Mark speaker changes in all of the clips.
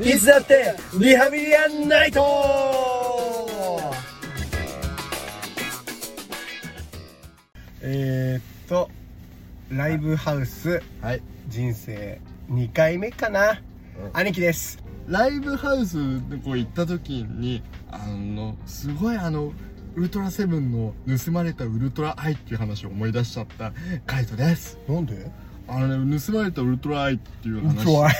Speaker 1: いつだってリハビリアンナイト
Speaker 2: えー、っとライブハウス
Speaker 1: はい
Speaker 2: 人生2回目かな、
Speaker 1: うん
Speaker 2: 兄貴です
Speaker 3: ライブハウスでこう行った時にあのすごいあのウルトラセブンの盗まれたウルトラアイっていう話を思い出しちゃったカイトです
Speaker 2: なんで
Speaker 3: あのね盗まれたウルトラアイっていう話
Speaker 2: 怖い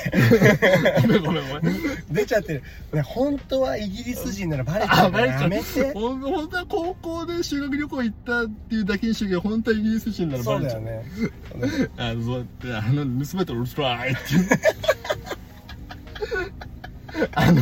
Speaker 3: ごめんごめんごめん
Speaker 2: 出ちゃってるね本当はイギリス人ならバレちゃ
Speaker 3: あ
Speaker 2: うか
Speaker 3: バレ
Speaker 2: ら
Speaker 3: ち
Speaker 2: や
Speaker 3: ゃ
Speaker 2: め
Speaker 3: う
Speaker 2: て
Speaker 3: ほん本当は高校で修学旅行行ったっていうだけにしようけど本当はイギリス人なら
Speaker 2: そ
Speaker 3: バ
Speaker 2: う
Speaker 3: レ
Speaker 2: だ
Speaker 3: ちゃ
Speaker 2: よ
Speaker 3: う
Speaker 2: ね
Speaker 3: あのそうやってあの盗まれたウルトラアイっていうあの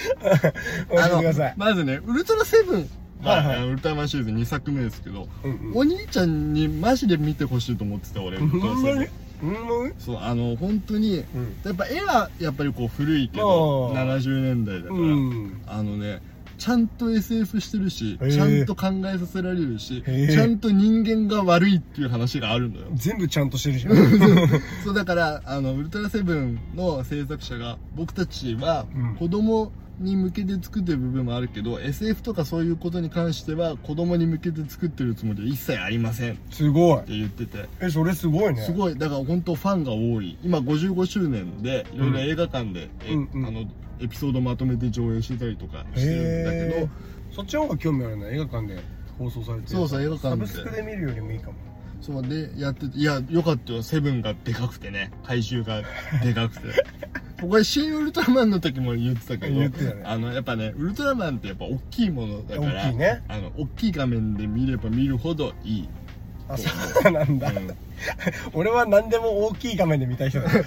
Speaker 2: 教えてください
Speaker 3: まずねウルトラセブン
Speaker 2: はいはい
Speaker 3: あのウルトラマンシリーズ2作目ですけど、
Speaker 2: うんうん
Speaker 3: お兄ちゃんにマジで見てほしいと思ってた俺ウルトラセブ
Speaker 2: う
Speaker 3: ン
Speaker 2: んうん
Speaker 3: そうあの本当に
Speaker 2: うん
Speaker 3: やっぱ絵はやっぱりこう古いけど
Speaker 2: あー
Speaker 3: 70年代だから、
Speaker 2: うん
Speaker 3: あのねちゃんと SF してるし、
Speaker 2: へー
Speaker 3: ちゃんと考えさせられるし、
Speaker 2: へー
Speaker 3: ちゃんと人間が悪いっていう話があるん だよ
Speaker 2: 全部ちゃんとしてるじゃんうん
Speaker 3: そうだからあのウルトラセブンの制作者が僕たちは
Speaker 2: うん
Speaker 3: 子供に向けて作ってる部分もあるけど、SF とかそういうことに関しては子供に向けて作ってるつもりは一切ありませんって
Speaker 2: すごい
Speaker 3: 言ってて
Speaker 2: えそれすごいね
Speaker 3: すごいだから本当ファンが多い今55周年でいろいろ映画館で、え
Speaker 2: うんうん
Speaker 3: あのエピソードまとめて上映してたりとかしてるんだけ
Speaker 2: へ
Speaker 3: ど
Speaker 2: ーそっちの方が興味あるな映画館で放送されてる
Speaker 3: そうそう映画
Speaker 2: サ
Speaker 3: 館
Speaker 2: ブ
Speaker 3: で
Speaker 2: スクで見るよりもいいかも
Speaker 3: そうでやってていやよかったよセブンがでかくてね怪獣がでかくて 僕は新ウルトラマンの時も言ってたけど
Speaker 2: 言ってたね
Speaker 3: あのやっぱねウルトラマンってやっぱ大きいものだから
Speaker 2: 大きいね
Speaker 3: あの大きい画面で見れば見るほどい い、
Speaker 2: あそうなんだ、
Speaker 3: うん
Speaker 2: 俺は何でも大きい画面で見たい人だね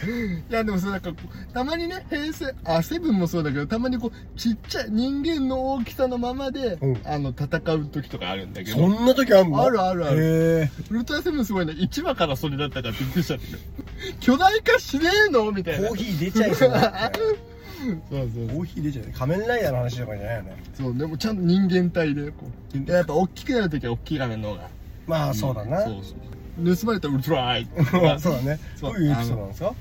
Speaker 3: いやでもそうなんかこうたまにね平成あセブンもそうだけどたまにこうちっちゃい人間の大きさのままで、
Speaker 2: うん
Speaker 3: あの戦う時とかあるんだけ
Speaker 2: そ
Speaker 3: ど
Speaker 2: んな時あんの
Speaker 3: あるあるある
Speaker 2: るへえ
Speaker 3: ウルトラセブンすごいね1話からそれだったからびっくりしちゃって巨大化しねえのみたいな
Speaker 2: コーヒー出ちゃいそうだね
Speaker 3: そうそう
Speaker 2: コーヒー出ちゃう仮面ライダーの話とかじゃないよね
Speaker 3: そうでもちゃんと人間体でこうでやっぱ大きくなるときは大きい画面の方が
Speaker 2: まあそうだな、
Speaker 3: そうそう盗まれたウルトラアイ
Speaker 2: そうだね
Speaker 3: そ
Speaker 2: ど
Speaker 3: う
Speaker 2: ういうエピソードなんですか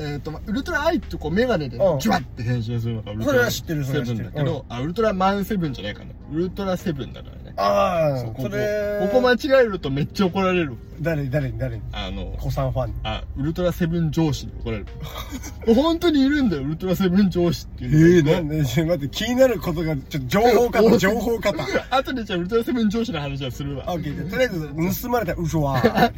Speaker 3: えーとまウルトラアイってこうメガネで
Speaker 2: うん
Speaker 3: ジュワッて変身するのがウルト
Speaker 2: それは
Speaker 3: ラ
Speaker 2: 知っ
Speaker 3: セ
Speaker 2: て
Speaker 3: ブ
Speaker 2: るそれは知ってる
Speaker 3: ンだけどあウルトラマンセブンじゃないかなウルトラセブンだからね
Speaker 2: ああ
Speaker 3: う
Speaker 2: そ
Speaker 3: ここ
Speaker 2: れ
Speaker 3: ここ間違えるとめっちゃ怒られる
Speaker 2: 誰に誰に誰に
Speaker 3: あの
Speaker 2: 子さんファンに
Speaker 3: あウルトラセブン上司に怒られる 本当にいるんだよウルトラセブン上司って
Speaker 2: え
Speaker 3: い
Speaker 2: え
Speaker 3: うのがい
Speaker 2: な
Speaker 3: て
Speaker 2: んでちょ待って気になることがちょっと情報
Speaker 3: お
Speaker 2: 型
Speaker 3: お
Speaker 2: 情報型
Speaker 3: 後でじゃあウルトラセブン上司の話はするわ
Speaker 2: あ OK じゃあとりあえず盗まれた嘘 は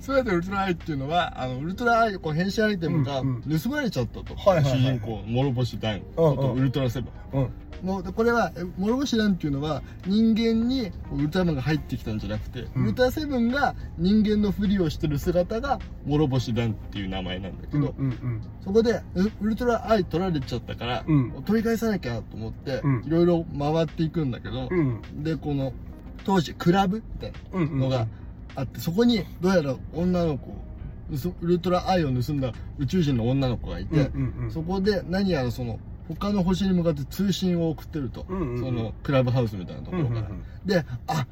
Speaker 3: それでウルトラアイっていうのはあのウルトラアイこう変身アイテムが
Speaker 2: うん
Speaker 3: 盗まれちゃったと、
Speaker 2: はいはいはい
Speaker 3: 主人公諸星ダン
Speaker 2: うんうん
Speaker 3: ことウルトラセブン
Speaker 2: うん
Speaker 3: もうでこれはえ諸星ダンっていうのは人間にウルトラマンが入ってきたんじゃなくて、
Speaker 2: うん
Speaker 3: ウルトラセブンが人間のふりをしてる姿が諸星ダンっていう名前なんだけ
Speaker 2: う
Speaker 3: ど、
Speaker 2: んうん
Speaker 3: そこでウウルトラアイ取られちゃったから、
Speaker 2: うん
Speaker 3: 取り返さなきゃと思って、
Speaker 2: うん
Speaker 3: いろいろ回っていくんだけど、
Speaker 2: うんうん
Speaker 3: でこの当時クラブみたいな
Speaker 2: うんうん
Speaker 3: のがあって、そこにどうやら女の子盗ウルトラアイを盗んだ宇宙人の女の子がいて、
Speaker 2: うんうんうん
Speaker 3: そこで何やらその他の星に向かって通信を送ってると、
Speaker 2: うんうんうん
Speaker 3: そのクラブハウスみたいなところから、であ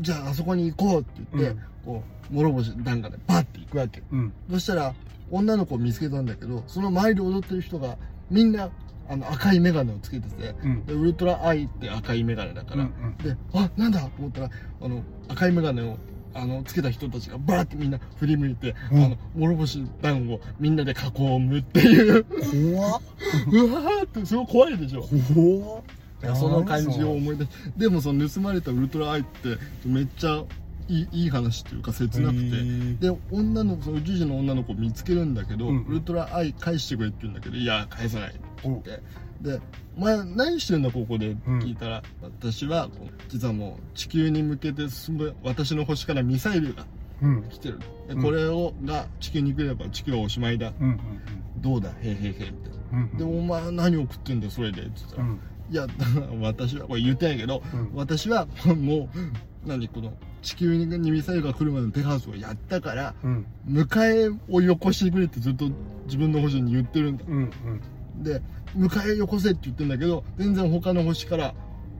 Speaker 3: じゃああそこに行こうって言って、
Speaker 2: うん
Speaker 3: こう諸星なんかでバッて行くわけ
Speaker 2: うん
Speaker 3: そしたら女の子を見つけたんだけどその周りで踊ってる人がみんなあの赤い眼鏡をつけてて
Speaker 2: うん
Speaker 3: でウルトラアイって赤い眼鏡だから、
Speaker 2: うんうん
Speaker 3: であなんだと思ったらあの赤い眼鏡をあのつけた人たちがバーってみんな振り向いて、
Speaker 2: うん
Speaker 3: あの諸星団をみんなで囲むっていう
Speaker 2: 怖っ
Speaker 3: うわーってすごい怖いでしょ
Speaker 2: 怖っ
Speaker 3: いやその感じを思い出しでもその盗まれたウルトラアイってめっちゃいいいい話っていうか切なく
Speaker 2: へー
Speaker 3: てで女の子その宇宙人の女の子を見つけるんだけど、
Speaker 2: うんうん
Speaker 3: ウルトラアイ返してくれって言うんだけどいや返さないって
Speaker 2: お
Speaker 3: 言ってで「お前何してるんだここで」
Speaker 2: うん
Speaker 3: 聞いたら、私はこう実はもう地球に向けて進む私の星からミサイルが
Speaker 2: うん
Speaker 3: 来てるで
Speaker 2: うん
Speaker 3: これをが地球に来れば地球はおしまいだ
Speaker 2: うん
Speaker 3: どうだへいへいへいみたいな。
Speaker 2: うんうん
Speaker 3: で、お前何送ってんだよそれでって言った
Speaker 2: う
Speaker 3: ら、
Speaker 2: ん
Speaker 3: いや、 私は、これ言ってないけど、
Speaker 2: うん
Speaker 3: 私は もう、何、この地球にミサイルが来るまでの手数をやったから、
Speaker 2: うん
Speaker 3: 迎えをよこしてくれってずっと自分の星に言ってるんだ。
Speaker 2: うん
Speaker 3: で、迎えよこせって言ってんだけど、全然他の星から、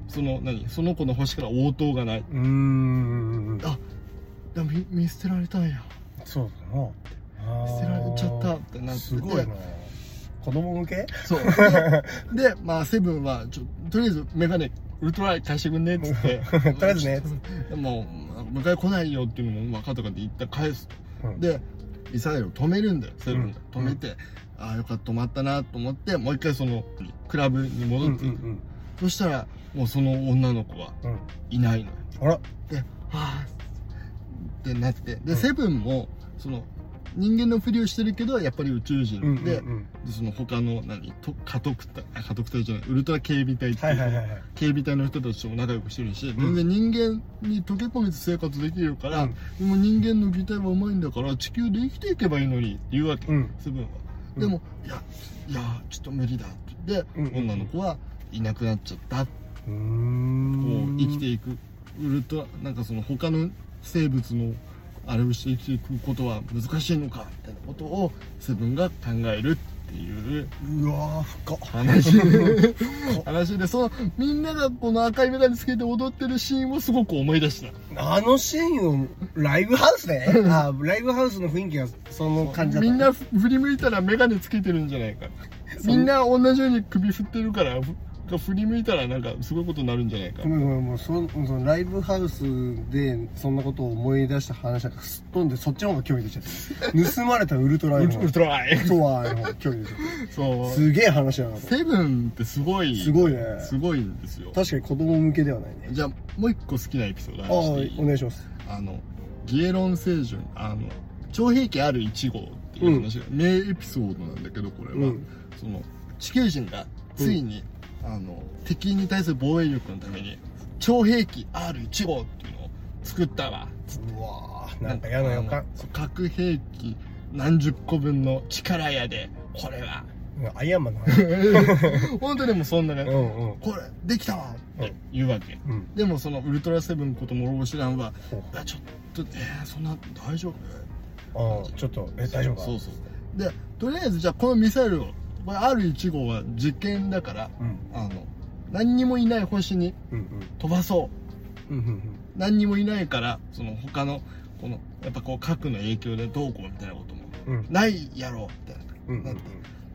Speaker 3: その、何、その子の星から応答がない。
Speaker 2: うんうん
Speaker 3: あ、でも見見捨てられたんや。
Speaker 2: そうだな
Speaker 3: 捨てられちゃったってなってて
Speaker 2: すごいな子供向け
Speaker 3: そう。 で、まあ、セブンは、ちょ、とりあえず、メガネ、ウルトラ貸してくんねっつって。
Speaker 2: とりあえずね。
Speaker 3: でも、迎え来ないよっていうのも分かったからって一旦返す。
Speaker 2: うん
Speaker 3: で、イサエルを止めるんだよ、セブンが。
Speaker 2: うん
Speaker 3: 止めて、ああ、よかった、止まったなと思って、もう一回その、クラブに戻って、
Speaker 2: ん
Speaker 3: そしたら、もうその女の子は
Speaker 2: うんうん
Speaker 3: いないのよ。
Speaker 2: あら
Speaker 3: で、はあってなって。で、
Speaker 2: うん
Speaker 3: セブンも、その、人間のふりをしてるけど、やっぱり宇宙人で、
Speaker 2: うんうん
Speaker 3: でその他の何と家督隊あ家督隊じゃないウルトラ警備隊ってい
Speaker 2: は
Speaker 3: う、
Speaker 2: いはいはいはい
Speaker 3: 警備隊の人たちとも仲良くしてるし、
Speaker 2: うん
Speaker 3: 全然人間に溶け込めて生活できるから、
Speaker 2: うん
Speaker 3: もう人間の擬態はうまいんだから地球で生きていけばいいのにって言うわけ、
Speaker 2: うん
Speaker 3: セブンは
Speaker 2: うん
Speaker 3: でも、いやいやちょっと無理だって言って、
Speaker 2: うんうんうん
Speaker 3: 女の子はいなくなっちゃったこ
Speaker 2: うー
Speaker 3: うん生きていくウルトラなんかその他の生物のあれをして生きていくことは難しいのかみたいなことをセブンが考えるっていう
Speaker 2: うわー深っ
Speaker 3: 話で話でそのみんながこの赤いメガネつけて踊ってるシーンをすごく思い出した
Speaker 2: あのシーンをライブハウス であライブハウスの雰囲気がその感じだった
Speaker 3: みんな振り向いたらメガネつけてるんじゃないかみんな同じように首振ってるからふ振り向いたらなんかすごいことになるんじゃないか
Speaker 2: ごめんごめんもうそのそのライブハウスでそんなことを思い出した話がすっ飛んでそっちの方が興味出ちゃ った盗まれたウルトラ
Speaker 3: ウ
Speaker 2: の
Speaker 3: ルウ
Speaker 2: 方
Speaker 3: ルトラアイ
Speaker 2: とは興味出ちゃっ
Speaker 3: そ
Speaker 2: た
Speaker 3: う
Speaker 2: すげえ話だなと
Speaker 3: セブンってすごい
Speaker 2: すごいね
Speaker 3: すごいんですよ
Speaker 2: 確かに子供向けではないね
Speaker 3: じゃあもう一個好きなエピソード
Speaker 2: ああ
Speaker 3: 話していい
Speaker 2: お願いします
Speaker 3: あのギエロン星人あの徴兵器ある1号っていう話が、名エピソードなんだけどこれは、
Speaker 2: うん
Speaker 3: その地球人がついに、あの敵に対する防衛力のために徴兵器 R1 号っていうのを作ったわ
Speaker 2: うわーなんか嫌な予
Speaker 3: あ
Speaker 2: 感
Speaker 3: のそう核兵器何十個分の力やでこ れは
Speaker 2: うんアイアンマンの話
Speaker 3: 本当にもうそんなね、
Speaker 2: うんうん
Speaker 3: これできたわって言うわけ、
Speaker 2: うん
Speaker 3: でもそのウルトラセブンこともローシランは
Speaker 2: ほう
Speaker 3: 「あちょっとえーそんな大丈夫?」
Speaker 2: ああちょっとえ大丈夫か
Speaker 3: そうそうでとりあえずじゃあこのミサイルをこれ R1 号は実験だから
Speaker 2: うん
Speaker 3: あの何にもいない星に
Speaker 2: うん
Speaker 3: 飛ばそう
Speaker 2: うんうんうん
Speaker 3: 何にもいないからその他のこのやっぱこう核の影響でどうこうみたいなことも
Speaker 2: うん
Speaker 3: ないやろうみたいな
Speaker 2: うんうん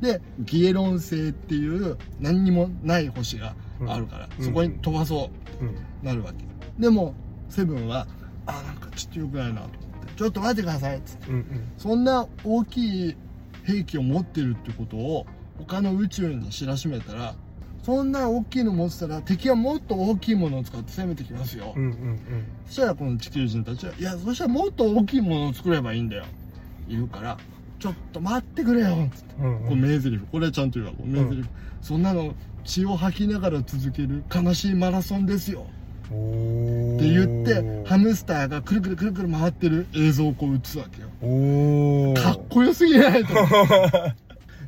Speaker 3: でギエロン星っていう何にもない星があるから、
Speaker 2: うん
Speaker 3: そこに飛ばそう
Speaker 2: うん
Speaker 3: なるわけでもセブンはあなんかちょっとよくないなと思ってちょっと待ってくださいっつって
Speaker 2: うんうん
Speaker 3: そんな大きい兵器を持ってるってことを他の宇宙に知らしめたらそんな大きいの持ってたら敵はもっと大きいものを使って攻めてきますよ、
Speaker 2: うんうん
Speaker 3: そしたらこの地球人たちは「いやそしたらもっと大きいものを作ればいいんだよ」言うから「ちょっと待ってくれよ」つって、
Speaker 2: うんうん
Speaker 3: こう名台詞これはちゃんと言うわこう名台詞、
Speaker 2: うん
Speaker 3: そんなの血を吐きながら続ける悲しいマラソンですよ」
Speaker 2: おー
Speaker 3: って言ってハムスターがくるくるくるくる回ってる映像をこう映すわけよ
Speaker 2: おお
Speaker 3: かっこよすぎな いと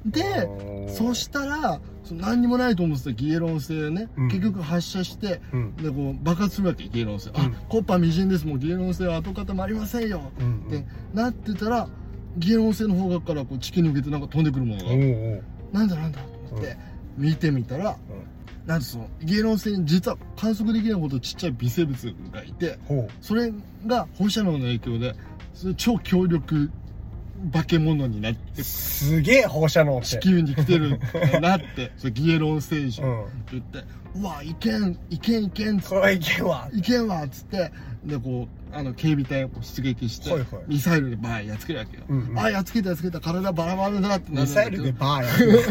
Speaker 3: で
Speaker 2: で
Speaker 3: そしたらその何にもないと思ってたギエロン星がね、
Speaker 2: うん
Speaker 3: 結局発射して
Speaker 2: うん
Speaker 3: でこう爆発するわけギエロン星、
Speaker 2: うん
Speaker 3: あコッパみじんですもうギエロン星は跡形もありませんよ、
Speaker 2: うん
Speaker 3: ってなってたらギエロン星の方角からこう地球に向けてなんか飛んでくるもの
Speaker 2: お
Speaker 3: が、
Speaker 2: ー
Speaker 3: なんだなんだと思って見てみたら、なんとそのギエロン星に実は観測できないほどちっちゃい微生物がいて
Speaker 2: おーほ
Speaker 3: それが放射能の影響でそれ超強力化け物になって
Speaker 2: うすげえ放射能って
Speaker 3: 地球に来てるんだなって それギエロン星人
Speaker 2: う
Speaker 3: って
Speaker 2: ん
Speaker 3: 言って「うわいけんいけんいけん」っつって
Speaker 2: これはいけんわ
Speaker 3: 「いけんわ」っつってでこうあの警備隊をこう出撃して、
Speaker 2: はいはい
Speaker 3: ミサイルでバーンやっつけるわけよ、
Speaker 2: うんうん
Speaker 3: あやっつけたやっつけた体バラバラだなってなる
Speaker 2: ミ
Speaker 3: んだ
Speaker 2: サ
Speaker 3: け
Speaker 2: イ
Speaker 3: ど
Speaker 2: ルでバーやる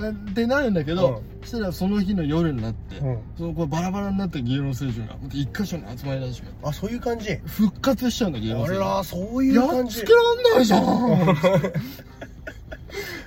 Speaker 2: うんうん
Speaker 3: ってなるんだけど、そしたらその日の夜になって、
Speaker 2: うん
Speaker 3: そのこうバラバラになった芸能星人がまた一箇所に集まりだし
Speaker 2: あそういう感じあ
Speaker 3: 復活しちゃうんだ芸能星人
Speaker 2: らそういう
Speaker 3: やっ
Speaker 2: 感
Speaker 3: つ
Speaker 2: じ
Speaker 3: けらんな いじゃん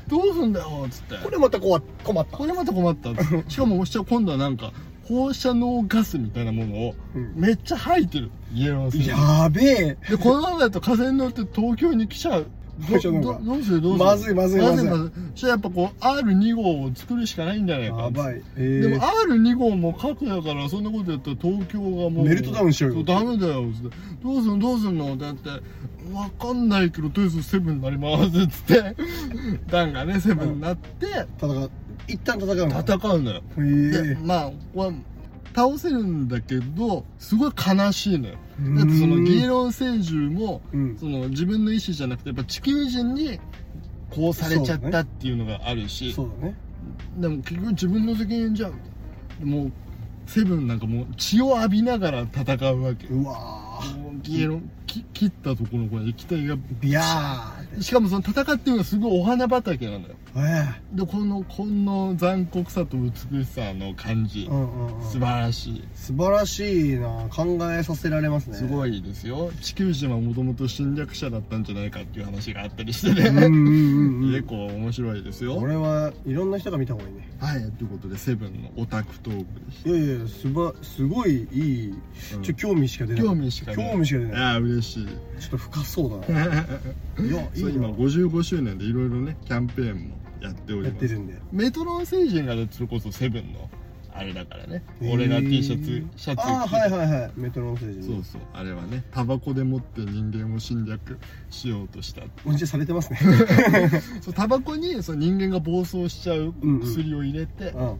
Speaker 3: どうすんだよっつって
Speaker 2: これまたこう困った
Speaker 3: これまた困ったっつってしかもおっしゃ今度はなんか放射能ガスみたいなものを
Speaker 2: うん
Speaker 3: めっちゃ吐いてる芸能星人
Speaker 2: やべえ
Speaker 3: でこのままだと風に乗って東京に来ちゃうど
Speaker 2: 来ちゃうの
Speaker 3: ど
Speaker 2: か
Speaker 3: どうするどうする
Speaker 2: まずいまずいまずい
Speaker 3: まずいそしたらやっぱこう R2 号を作るしかないんじゃないか
Speaker 2: やばいえ
Speaker 3: でも
Speaker 2: ー
Speaker 3: R2 号も核だからそんなことやったら東京がもう
Speaker 2: メルトダウンしちゃうよ
Speaker 3: そダメだよつってどうすんのどうすんのだってわかんないけどとりあえずセブンになりますっつってダンがねセブンになって
Speaker 2: 戦う一旦戦うの
Speaker 3: 戦うのよ、で
Speaker 2: え
Speaker 3: まあここは倒せるんだけどすごい悲しいのよ
Speaker 2: え
Speaker 3: だってそのギエロン星獣も
Speaker 2: うん
Speaker 3: その自分の意思じゃなくてやっぱ地球人にこうされちゃったっていうのがあるし、
Speaker 2: そうだね
Speaker 3: でも結局自分の責任じゃんもうセブンなんかもう血を浴びながら戦うわけ
Speaker 2: うわー
Speaker 3: もう消えろき切ったところのこれ液体が
Speaker 2: ビャーって
Speaker 3: しかもその戦っていうのはすごいお花畑なんだよ
Speaker 2: え
Speaker 3: でこのこの残酷さと美しさの感じ
Speaker 2: えうんうんうん
Speaker 3: 素晴らしい
Speaker 2: 素晴らしいな考えさせられますね
Speaker 3: す
Speaker 2: い
Speaker 3: ごいですよ地球人はもともと侵略者だったんじゃないかっていう話があったりして
Speaker 2: うんうんうん
Speaker 3: ね
Speaker 2: う
Speaker 3: 結
Speaker 2: ん
Speaker 3: 構面白いですよ
Speaker 2: これはいろんな人が見た方がいいね
Speaker 3: はいということでセブンのオタクトークでし
Speaker 2: いやいやすばすごいいい
Speaker 3: た、うん
Speaker 2: ちょ興味しか出ない
Speaker 3: 興味しかない
Speaker 2: 興味しか出ない
Speaker 3: ああ嬉 しい
Speaker 2: ちょっと深そうだないやい
Speaker 3: そう
Speaker 2: い
Speaker 3: 今
Speaker 2: な
Speaker 3: 55周年でいろいろねキャンペーンもやってお
Speaker 2: や
Speaker 3: り
Speaker 2: っ
Speaker 3: ま
Speaker 2: て
Speaker 3: す
Speaker 2: るんで
Speaker 3: メトロン星人がそれこそセブンのあれだからね、
Speaker 2: へー
Speaker 3: 俺が T シャツシャツ
Speaker 2: ああ
Speaker 3: 着て
Speaker 2: はいはいはいメトロン星人
Speaker 3: そうそうあれはねタバコでもって人間を侵略しようとした
Speaker 2: おじされてますね
Speaker 3: そうタバコにその人間が暴走しちゃう
Speaker 2: うんうん
Speaker 3: 薬を入れて、
Speaker 2: うん
Speaker 3: れ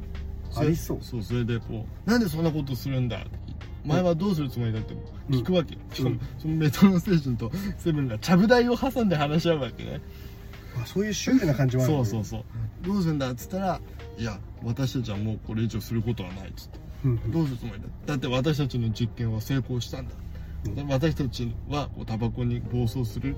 Speaker 2: ありそう
Speaker 3: そうそれでこうなんでそんなことするんだって聞いて前はどうするつもりだって聞くわけ、しかもそのメトロン星人とセブンがちゃぶ台を挟んで話し合うわけね
Speaker 2: あそういうシュールな感じもある
Speaker 3: そ
Speaker 2: ね
Speaker 3: うそうそうどうするんだっつったらいや私たちはもうこれ以上することはないっつって
Speaker 2: うんうん
Speaker 3: どうするつもりだだって私たちの実験は成功したんだ、
Speaker 2: うん
Speaker 3: で私たちはこうタバコに暴走する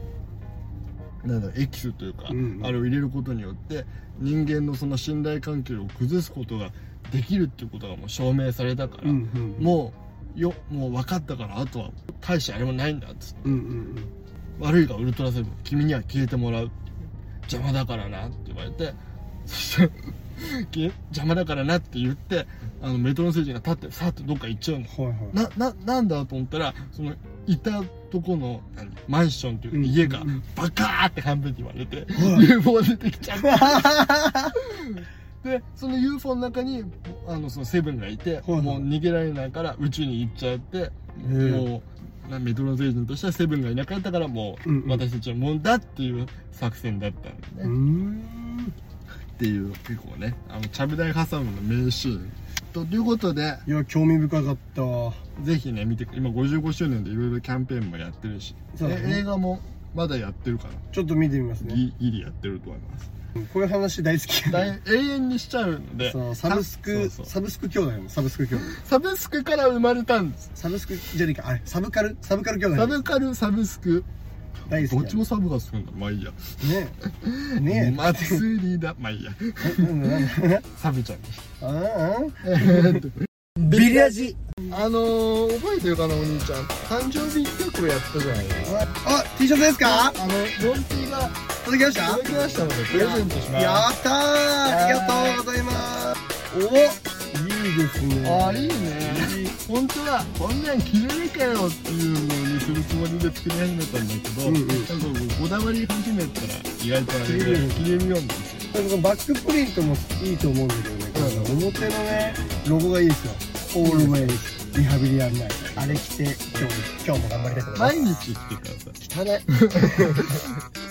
Speaker 3: なんだエキスというか、
Speaker 2: うんうん
Speaker 3: あれを入れることによって人間のその信頼関係を崩すことができるっていうことがもう証明されたから、
Speaker 2: うんうん
Speaker 3: もうよもう分かったからあとは大してあれもないんだっつって
Speaker 2: うんうん
Speaker 3: 悪いがウルトラセブン君には消えてもらう邪魔だからなって言われてそして消え邪魔だからなって言ってあのメトロン星人が立ってさってどっか行っちゃうの
Speaker 2: うんはいはい
Speaker 3: なななんだと思ったらそのいたとこの何マンションというか家が
Speaker 2: うんうん
Speaker 3: バカーって半分に割れて
Speaker 2: うわ
Speaker 3: UFO 出てきちゃって でその UFO の中にあのそのセブンがいて、
Speaker 2: いはい
Speaker 3: もう逃げられないから宇宙に行っちゃって、
Speaker 2: え
Speaker 3: もうなメトロ星人としてはセブンがいなかったからもう、
Speaker 2: うんうん
Speaker 3: 私たちはもんだっていう作戦だったんで
Speaker 2: う
Speaker 3: ね、
Speaker 2: ー
Speaker 3: っ
Speaker 2: ん
Speaker 3: ていう結構ねあのちゃぶ台挟むの名シーンとということで
Speaker 2: いや興味深かったわ
Speaker 3: ぜひね見て今55周年でいろいろキャンペーンもやってるし、
Speaker 2: そうだね
Speaker 3: え映画もまだやってるから、
Speaker 2: ちょっと見てみますね
Speaker 3: ギギリやってると思います
Speaker 2: こういう話大好き
Speaker 3: だい 永遠にしちゃうので
Speaker 2: そうサブスク
Speaker 3: そうそう
Speaker 2: サブスク兄弟もサブスク兄弟
Speaker 3: サブスクから生まれたんです
Speaker 2: サブスクじゃねえかあれサブカルサブカル兄弟
Speaker 3: サブカルサブスク
Speaker 2: 大好き
Speaker 3: どっちもサブがするんだまあいいや
Speaker 2: ねえねえ
Speaker 3: 祭りだまあい いや
Speaker 2: なんだなんだ
Speaker 3: サブちゃんで
Speaker 2: あーあー
Speaker 3: す
Speaker 1: ビリヤジ
Speaker 3: あのー、覚えてるかなお兄ちゃん誕生日企画をやったじゃないですか
Speaker 2: ああ T シャツですか
Speaker 3: あのロンティが
Speaker 2: 届きました
Speaker 3: 届きましたのでプレゼントします
Speaker 2: やったーありがとうございますおいいですね
Speaker 3: あーいいね本当はこんなん着れるかよっていうのにするつもりで作り始めたんだけど、
Speaker 2: うんうん
Speaker 3: なんかこうこだわり始めたら意外とあれ
Speaker 2: 着れる
Speaker 3: で着れるようになってき
Speaker 2: な
Speaker 3: て
Speaker 2: んかそのバックプリントもいいと思うんだけどね、
Speaker 3: う
Speaker 2: 表のねロゴがいいですよ「オールウェイズリハビリアンナイト」あれ着て今日今日も頑張りたいと思います
Speaker 3: 毎日着てください
Speaker 2: 汚い